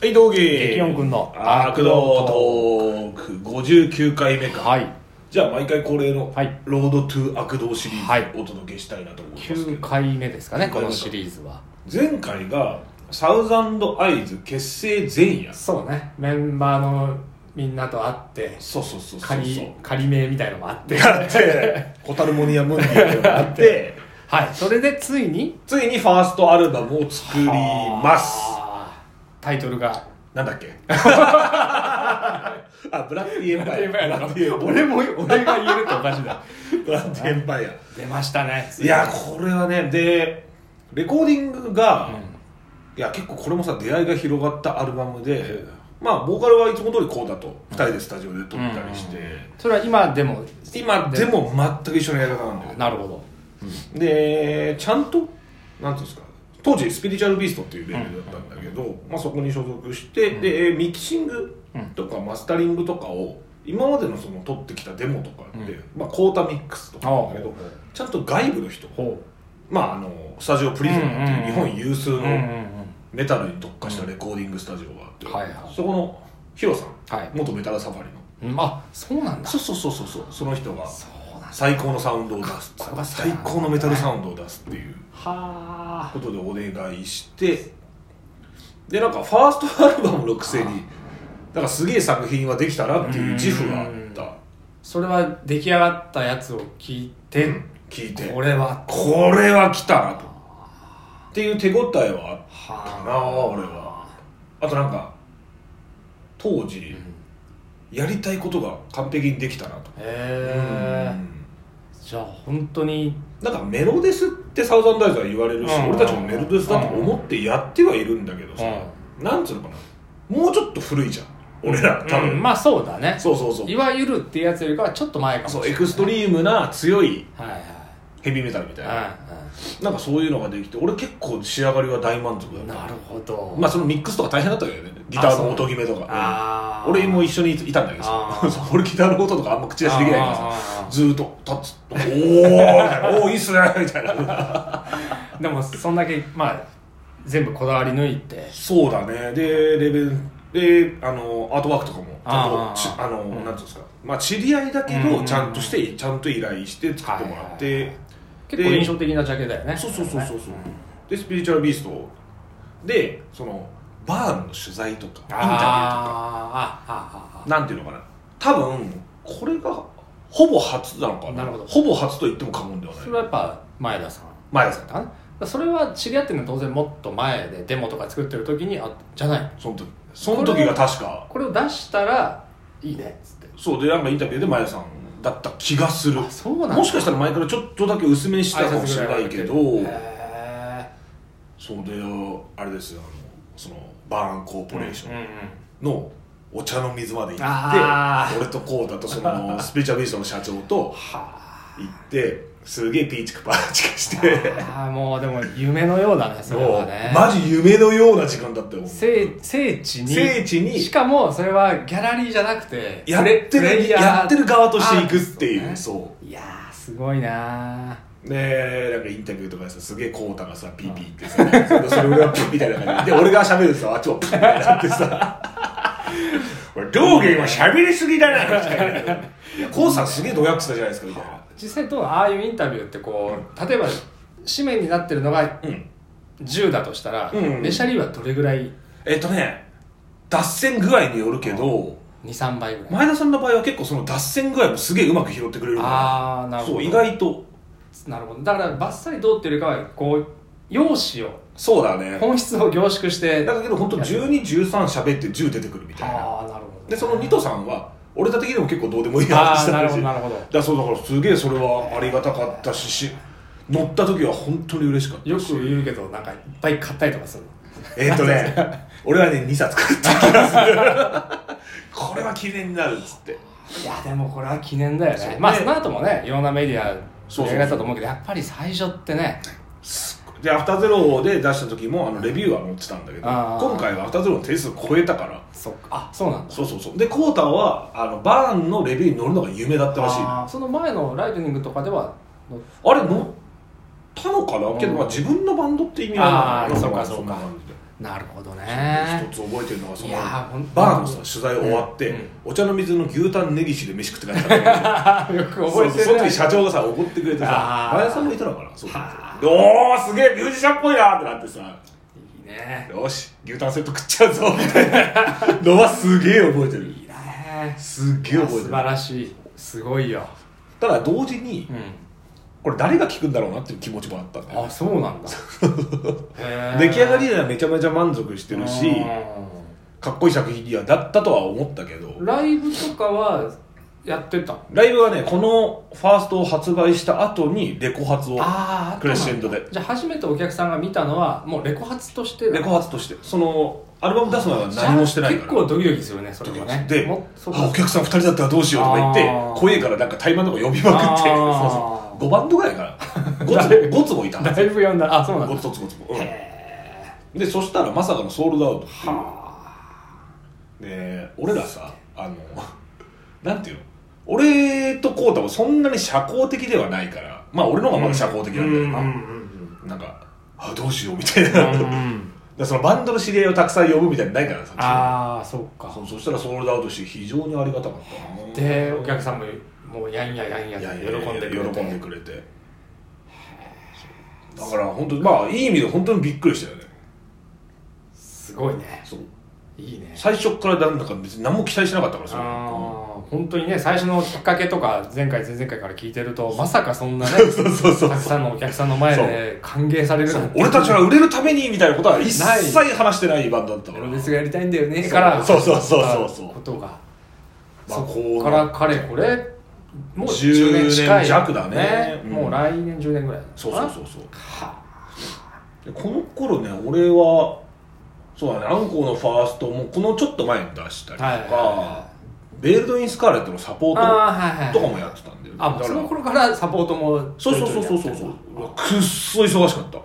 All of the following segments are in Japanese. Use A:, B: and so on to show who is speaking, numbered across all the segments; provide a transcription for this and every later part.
A: はい、道義。
B: 激音くんの
A: アークドトーク。59回目か。
B: はい
A: じゃあ、毎回恒例の、
B: はい
A: ロードトゥ悪道シリ
B: は
A: ー
B: い
A: ズ、お届けしたいなと思いますけ
B: 9
A: ど。
B: 回目ですかね
A: 九
B: こ
A: 回目
B: の
A: か
B: シリーズは
A: 前回が、サウザンドアイズ結成前夜。
B: そうねメンバーのみんなと会って
A: そうそうそうそうそう
B: 仮。仮名みたいのもあって
A: やって、ホタルモニアムンディっていうのがあっ て、
B: はいそれでついに
A: ついにファーストアルバムを作ります。
B: あータイトルが
A: なんだっ けあ、ブラッディエンパイア。
B: 俺も俺が言えるっておかしいだ
A: ブラッディエンパイア。
B: 出ましたね
A: いやこれはねでレコーディングが、
B: うん
A: いや結構これもさ出会いが広がったアルバムで、まあボーカルはいつも通りこうだと2人でスタジオで撮ったりして、
B: それは今でも
A: 今でも全く一緒のやり方なんだよね
B: なるほど
A: でちゃんとなんていうんですか当時スピリチュアルビーストっていうレベルだったんだけど、まあ、そこに所属して、でミキシングとかマスタリングとかを今までのその撮ってきたデモとかって、
B: うん
A: まあ、コータミックスとかなんだけど、
B: ああ
A: ちゃんと外部の人
B: ほ
A: まあ、あのスタジオプリズムっていう日本有数
B: ううんうん
A: のメタルに特化したレコーディングスタジオがあって、
B: うんはいはい
A: そこのヒロさん
B: はい
A: 元メタルサファリの
B: うんうんあそうなんだ
A: そうそうそうそうそうその人が
B: そうなんだ
A: 最高のサウンドを出す
B: こよかった
A: 最高のメタルサウンドを出すっていう
B: は
A: ことでお願いしてでなんかファーストアルバムのくせになんかすげえ作品はできたなっていう自負があった
B: それは出来上がったやつを聞いて、
A: 聞いて
B: これは
A: これは来たなとっていう手応えはあったかな
B: は
A: 俺はあとなんか当時、やりたいことが完璧にできたなと
B: へえ、じゃあ本当に
A: なんかメロデスってサウザンダイズは言われるし、
B: うん
A: 俺たちもメロデスだと思ってやってはいるんだけどさ、なんつうのかなもうちょっと古いじゃん俺ら多分、
B: うんまあそうだね
A: そうそうそう
B: いわゆるっていうやつよりかはちょっと前かもしれ
A: そ
B: な
A: う
B: い
A: エクストリームな強い
B: はいはい
A: ヘビーメタルみたいな、
B: う
A: なんかそういうのができて俺結構仕上がりは大満足だ
B: んう
A: っ
B: ん
A: た
B: なるほど、
A: まあそのミックスとか大変だったけどねギターの音決めとか
B: あ
A: うん俺も
B: 一
A: 一緒にいたんだけど
B: あ
A: さ
B: ー
A: そう俺ギターの音とかあんま口出しできないからさ
B: さ
A: ずーっと立つおーみたいなおーいいっすね みたいな
B: でもそんだけまあ全部こだわり抜いて
A: そうだねでレベルであのアートワークとかもちゃんと
B: あー
A: ちあの、
B: うん
A: なんていうんですかまあ知り合いだけ
B: うんうん
A: ど
B: うん
A: ちゃんとしてちゃんと依頼して作ってもらって、
B: はいはい結構印象的なジャケだよね
A: そうそうそうそうそう、
B: ん
A: でスピリチュアルビーストでそのバーンの取材とかインタビューとか
B: あーあああ
A: なんていうのかな多分これがほぼ初なのかな
B: なるほど
A: ぼ初と言っても過言では
B: あ
A: な
B: そ
A: い
B: れはやっぱ前田さん
A: 前田さん
B: かなそれは知り合ってるのは当然もっと前でデモとか作ってる時にあじゃない
A: その時その時が確か
B: これを出したらいいねっつって
A: そうでなんかインタビューで前田さんだった気がする
B: あそうなんだ
A: もしかしたら前からちょっとだけ薄めにしてたかもしれないけど
B: へ
A: そうであれですよあのそのバーンコー
B: ー
A: ポレーショ
B: うん
A: ン
B: うんうん
A: のお茶の水まで行
B: あ
A: って
B: ー
A: 俺とこうだとそのスピリチュアルビーストの社長と
B: は
A: 行ってすげえピーチクパーチクし
B: あ
A: て
B: あーもうでも夢のようだね それはね
A: マジ夢のような時間だったよ
B: 聖聖地に
A: 聖地に
B: しかもそれはギャラリーじゃなくて
A: やって
B: プレ
A: る
B: イヤー
A: やってる側としていくってい
B: アーティ
A: う
B: スト
A: そ
B: ねいやーすごいなー
A: うねなんかインタビューとかでさすげえコータがさピーピーってさそれ俺はプッみたいな感じでで俺が喋るとさあっちもプッみたいになってさ俺道元は喋りすぎだなみたいなコウさんすげえドヤくしたじゃないですかみたいな
B: 実際どうああいうインタビューってこう、例えば紙面になってるのが
A: うん
B: 10だとしたら、
A: うんうん
B: メシャリーはどれぐらい
A: えっとね脱線具合によるけど
B: 23倍ぐらい、
A: 前田さんの場合は結構その脱線具合もすげえうまく拾ってくれるから
B: ああなるほど
A: そう意外と
B: なるほどだからバッサリどうっていうよりかはこう容姿を
A: そうだね
B: 本質を凝縮して
A: だけど本当12、13喋って10出てくるみたいな。
B: ああなるほど
A: で、そのニトさんは、俺た的にも結構どうでもいい
B: あ
A: 話
B: あな
A: だ
B: る
A: っ
B: ほ
A: たし。
B: どな
A: だか
B: るほど
A: らそうだからすげえそれはありがたかったし、し乗った時は本当に嬉しかった。
B: よく言うけどなんかいっぱい買ったりとかするの
A: えっ、と ね、俺はね、2冊買った気がする。これは記念になるっつって。
B: いやでもこれは記念だよ
A: そう
B: ねまあ
A: ね
B: その後もねいろんなメディア
A: そうそうそう
B: 取り上げられたと思うけどやっぱり最初ってね
A: すっごいで、アフターゼロで出した時も、あの、レビューは載ってたんだけど、
B: あー
A: 今回はアフターゼロの点数超えたから、
B: そっかあそうなんだ
A: そうそうそう。で、コータは、あの、バーンのレビューに乗るのが夢だったらしい。
B: あーその前のライトニングとかではの
A: あれ乗ったのかな、けどまあ自分のバンドって意味は
B: あー
A: ない
B: そうかそうか
A: なんで
B: なるほど
A: 一
B: ね
A: つ覚えてるのはそ
B: いやーほん
A: のバーのさ取材終わって、
B: うんうん
A: お茶の水の牛タンネギシで飯食って帰ったんだけど
B: よく
A: そ
B: 覚
A: う
B: え
A: そう
B: て
A: そ
B: る
A: の
B: ね
A: 時社長がさ怒ってくれてさ
B: あー
A: 前田さんもいたのかなそうそう
B: は
A: そうでおおすげえミュージシャンっぽいなってなってさ
B: いいね
A: よし牛タンセット食っちゃうぞみたいなのはすげえ覚えてる
B: いいね
A: すげえ覚え
B: 素
A: て
B: 晴
A: る
B: らしいすごいよ
A: ただ同時に
B: うん
A: これ誰が聞くんだろうなっていう気持ちもあったんだよ
B: あそうな んだへー
A: 出来上がりにはめちゃめちゃ満足してるし
B: う
A: かっこいい作品にはだったとは思ったけど
B: んライブとかはやってた
A: ライブはねこのファーストを発売した後にレコ発を
B: あー
A: クレッシェンドで
B: じゃあ初めてお客さんが見たのはもうレコ発として
A: レコ発としてそのアルバム出す前は
B: じゃあ
A: 何もしてないか
B: 結
A: ら
B: 構ドキドキするねそれもね
A: で
B: もそうか
A: あお客さん2人だったらどうしようとか言って
B: あー
A: 怖えからなんか対マンとか呼びまくって
B: あー
A: そうそう5バンドぐらいか な5つも5つもいた
B: だいぶ読んだあそうなんだ
A: 5つ5つ5つ、うん
B: へ
A: でそしたらまさかのソールドアウトって
B: ーは
A: いうで俺らさあのなんていうの俺とコウタもそんなに社交的ではないからまあ俺の方がまだ社交的
B: あ
A: なんだけどな、なんかあどうしようみたいな、だからそのバンドの知り合いをたくさん呼ぶみたいなのないからさ
B: ああそうか
A: そうそしたらソールドアウトして非常にありがたかったな
B: でお客さんももうやんややんや
A: いやい
B: 喜
A: やいや
B: んでくれ
A: 喜んで
B: て
A: くれてだから本当にまあいい意味で本当にびっくりしたよね
B: すごいね
A: そう
B: いいね
A: 最初からなんだか別に何も期待してなかったから
B: あ
A: さ
B: あ本当にね最初のきっかけとか前回前々回から聞いてるとまさかそんなね
A: そうそうそう
B: たくさんのお客さんの前で歓迎されるなんて
A: 俺たちは売れるためにみたいなことは一切
B: ない
A: 話してないバンドだったか
B: プ
A: ら
B: ロレ
A: ま
B: スがやりたいんだよねから
A: そうそうそうそうそう
B: ことが
A: あ
B: そ
A: こ
B: こ
A: う
B: から彼これもう
A: 10
B: 10
A: 年
B: 年近い
A: 弱だねうん
B: もう来年10年ぐらい
A: そうそうそうそう
B: は
A: でこの頃ね俺はそうだねアンコウのファーストもこのちょっと前に出したりとか、
B: はいはいは
A: ベールド・イン・スカーレットのサポー
B: あーはいはい
A: トとかもやってたんだよね
B: あ
A: だか
B: もう
A: ら
B: その頃からサポートも
A: そうそうそうそうそうそううわくっそ忙しかった
B: へ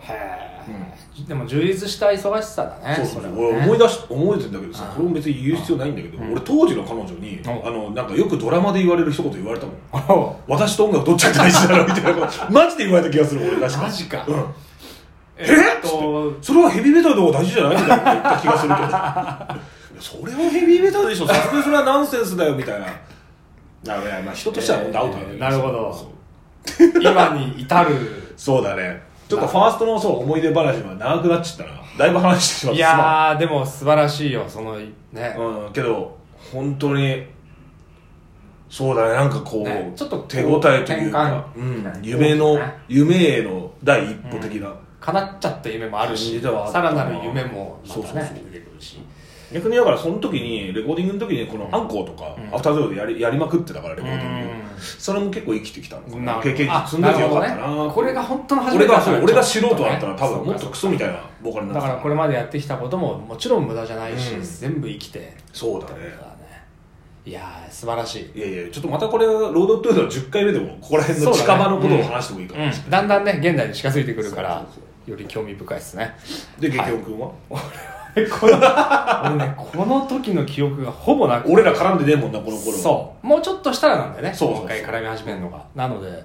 B: えでも充実した忙しさだね
A: そうそうそう
B: れはね
A: 俺思い出し思えてんだけどさ
B: うん
A: これも別に言う必要ないんだけど俺当時の彼女に
B: うん
A: あのなんかよくドラマで言われる一言言われたもん
B: おう
A: 私と音楽どっちが大事だろうみたいな ことマジで言われた気がする俺確か
B: マジか
A: うん
B: え
A: え
B: っと
A: それはヘビーメタルの方が大事じゃないみたいなこと言った気がする けどいやそれはヘビーメタルでしょさすがにそれはナンセンスだよみたいなだからまあ人としてはもうアウトだよね
B: えーなるほど
A: そう
B: 今に至る
A: そうだねちょっとファーストのそう思い出話は長くなっちゃったな だいぶ話 してしまっ
B: い
A: たすまん
B: やーでも素晴らしいよそのね
A: うん、けど本当にそうだねなんかこう、
B: ねちょっとこう
A: 手応えというか、
B: 転換
A: うん、夢の、
B: ね
A: 夢への第一歩的な、
B: 叶っちゃった夢もある
A: 夢
B: し
A: ではあった
B: さらなる夢もまた
A: そうそうそう
B: 出てくるし
A: 逆にだからその時にレコーディングの時にこのアンコウとか、
B: うん
A: アフターゼロでやりやりまくってたからレコーディング、
B: う
A: それも結構生きてきたのか
B: んな
A: な
B: るほど
A: 経験値積んで
B: あ
A: てよかった
B: なる
A: な
B: ほどねこれが本当の初め
A: 俺
B: てだ
A: が
B: った
A: そ
B: ら
A: う俺が
B: ち
A: 素
B: ょとね
A: 人だったら多分もっ
B: そう
A: と
B: か
A: クソみたいなボーカルにな
B: だ
A: って
B: か
A: た
B: らこれまでやってきたことももちろん無駄じゃないし、
A: うん
B: 全部生きて
A: そうだね
B: だからねいやー素晴らしい、
A: いやいやちょっとまたこれロードトゥードの10回目でもここら辺の
B: そう
A: 近
B: だね
A: 場のことを話してもいいかな、
B: うん、だんだんね現代に近づいてくるから
A: そうそう
B: より興味深いですね
A: で激音君は、
B: この俺ねこの時の記憶がほぼなくて
A: 俺ら絡んでねえもんなこの頃
B: そうもうちょっとしたらなんだよね
A: そうそうそう
B: 今回絡み始めるのがなので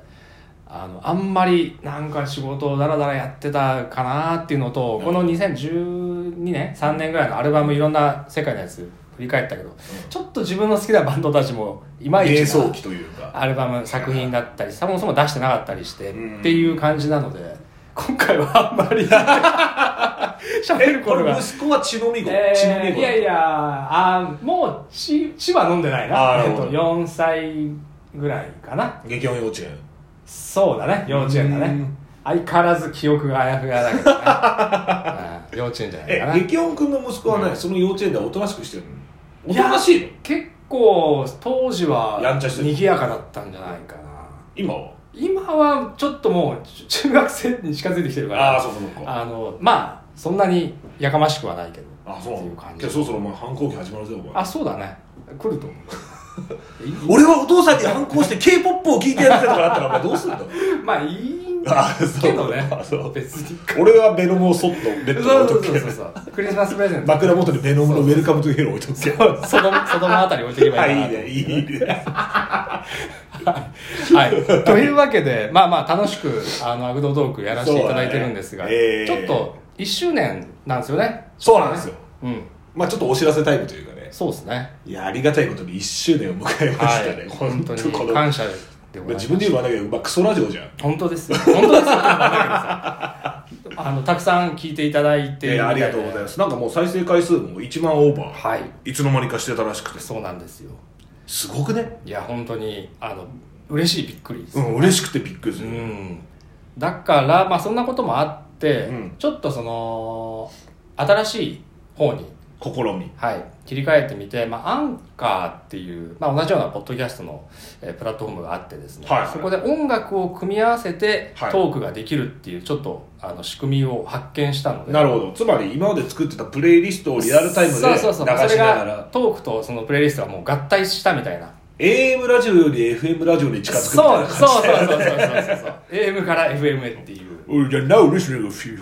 B: あのあんまりなんか仕事をダラダラやってたかなっていうのとこの2012年3年ぐらいのアルバムいろんな世界のやつ振り返ったけど、ちょっと自分の好きなバンドたちもいまい
A: 瞑
B: ちな
A: 想期というか
B: アルバム作品だったりそもそも出してなかったりして、
A: うん
B: っていう感じなので今回はあんま り喋る
A: こ
B: 頃
A: れ
B: が。
A: 息子は血のみ子、
B: え
A: 血のみ
B: ー、
A: 子
B: いやいやあーもう血血は飲んでない
A: あー
B: な、
A: な
B: えっ
A: るほ
B: と、
A: ど
B: 4歳ぐらいかな
A: 激音幼稚園
B: そうだね幼稚園だ
A: う
B: ね
A: ん
B: 相変わらず記憶があやふやだけどねあ ー幼稚園じゃない
A: え
B: かな
A: 激音君の息子はね、その幼稚園ではおとなしくしてるのおとなしいの
B: 結構当時は
A: やんちゃしてる
B: 賑やかだったんじゃないかな
A: 今は
B: 今はちょっともうち中学生に近づいてきてるから
A: ああそうかそうか
B: あのまあそんなにやかましくはないけど
A: あそうな
B: ってい
A: の
B: う感じ
A: じゃあそろそろお前反抗期始まるぜお前
B: あそうだね来ると思う
A: 俺はお父さんに反抗して k p o p を聴いてやるぜとかなったらお前どうす んだ
B: まあいいん
A: あ
B: だ
A: そう
B: けどね
A: あそう
B: 別に
A: 俺はベノムをそっとベ
B: そ
A: ッ
B: う
A: ドに置いと
B: そう
A: く
B: そう
A: け
B: そ
A: ど
B: う そうクリスマスプレゼント
A: 枕元にベノムのウェルカムトゥヒーロー置いとくけど
B: そのそのあたり置いていけば
A: あ
B: いい
A: い
B: かない
A: ねいいね
B: はい、 というわけでまあまあ楽しくあのアグドトークやらせていただいてるんですが、
A: そうだねええ
B: ちょっと1周年なんですよね
A: そうなんですよ
B: うん
A: まあちょっとお知らせタイムというかね
B: そうですね
A: いやありがたいことに1周年を迎えましたね、
B: 本当
A: こ
B: に
A: の
B: 感謝で
A: まあ
B: ございま
A: 自
B: す
A: 分で言うのはあれだけど、まあ、クソラジオじゃん
B: 本当ですよ本当ですよってのもあるけどさあのたくさん聞いていただいて、
A: えーありがとうございますなんかもう再生回数も1万オーバー、
B: はい
A: い、つの間にかしてたらしくて
B: そうなんですよ
A: すごくね
B: いや本当にあの嬉しいびっくりです、
A: うん嬉しくてびっくりす
B: う
A: る、
B: んだから、まあ、そんなこともあって、
A: うん
B: ちょっとその新しい方に、
A: 試み
B: はい、切り替えてみて、まあ、アンカーっていう、まあ、同じようなポッドキャストの、えープラットフォームがあってですね、
A: はいはい
B: そこで音楽を組み合わせて
A: はい
B: トークができるっていうちょっとあの仕組みを発見したので
A: なるほどつまり今まで作ってたプレイリストをリアルタイムで流しな
B: そうそうそうそれ
A: が
B: が
A: ら
B: トークとそのプレイリストがもう合体したみたいな
A: AM ラジオより FM ラジオに近づくみたいな
B: そう
A: 感じ
B: そうそうそうそうそうそう AM から FM へっていう
A: じゃあ now listening of Hugh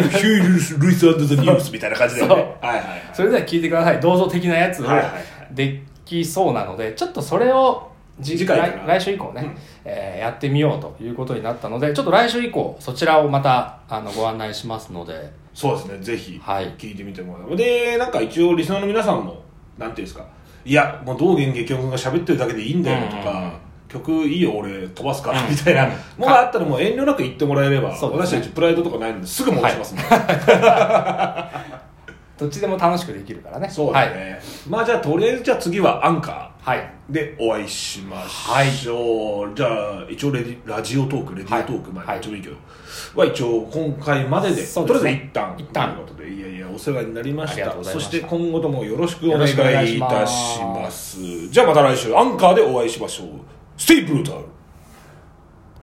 A: Hugh Lewis and the News みたいな感じだよね
B: そう
A: はいはいはい
B: それでは聞いてください同ぞ的なやつを
A: はいはいは
B: できそうなのでちょっとそれを次
A: 次回か
B: 来
A: な
B: 来週以降ね、
A: うん
B: えーやってみようということになったのでちょっと来週以降そちらをまたあのご案内しますので
A: そうですねぜひ
B: はい
A: 聞いてみてもらうでなんか一応リスナーの皆さんもなんていうんですかいやもう道元劇音が喋ってるだけでいいんだよと
B: うんうんうん
A: か曲いいよ俺飛ばすから
B: うん
A: みたいなものがあったらもう遠慮なく言ってもらえれば
B: そうで
A: 私
B: すね
A: たちプライドとかないのですぐ戻しますもん
B: どっちでも楽しくできるからね
A: そうだねまあじゃあとりあえずじゃあ次はアンカ
B: はい、はい、
A: ーでお会いしましょう、じゃあ一応レディラジオトークレディオトークま
B: は
A: あ
B: い
A: 一応いいけど、は一応今回までで
B: そう
A: とり
B: ですね
A: あえず一旦
B: 一旦
A: ということでいやいやお世話になりまし
B: ありが
A: た
B: とうござい
A: そ
B: まし
A: したて今後ともよろしくお
B: よ
A: 願
B: ろしくお願い
A: い
B: し
A: い
B: ます
A: たしますじゃあまた来週アンカーでお会いしましょうステイブルータル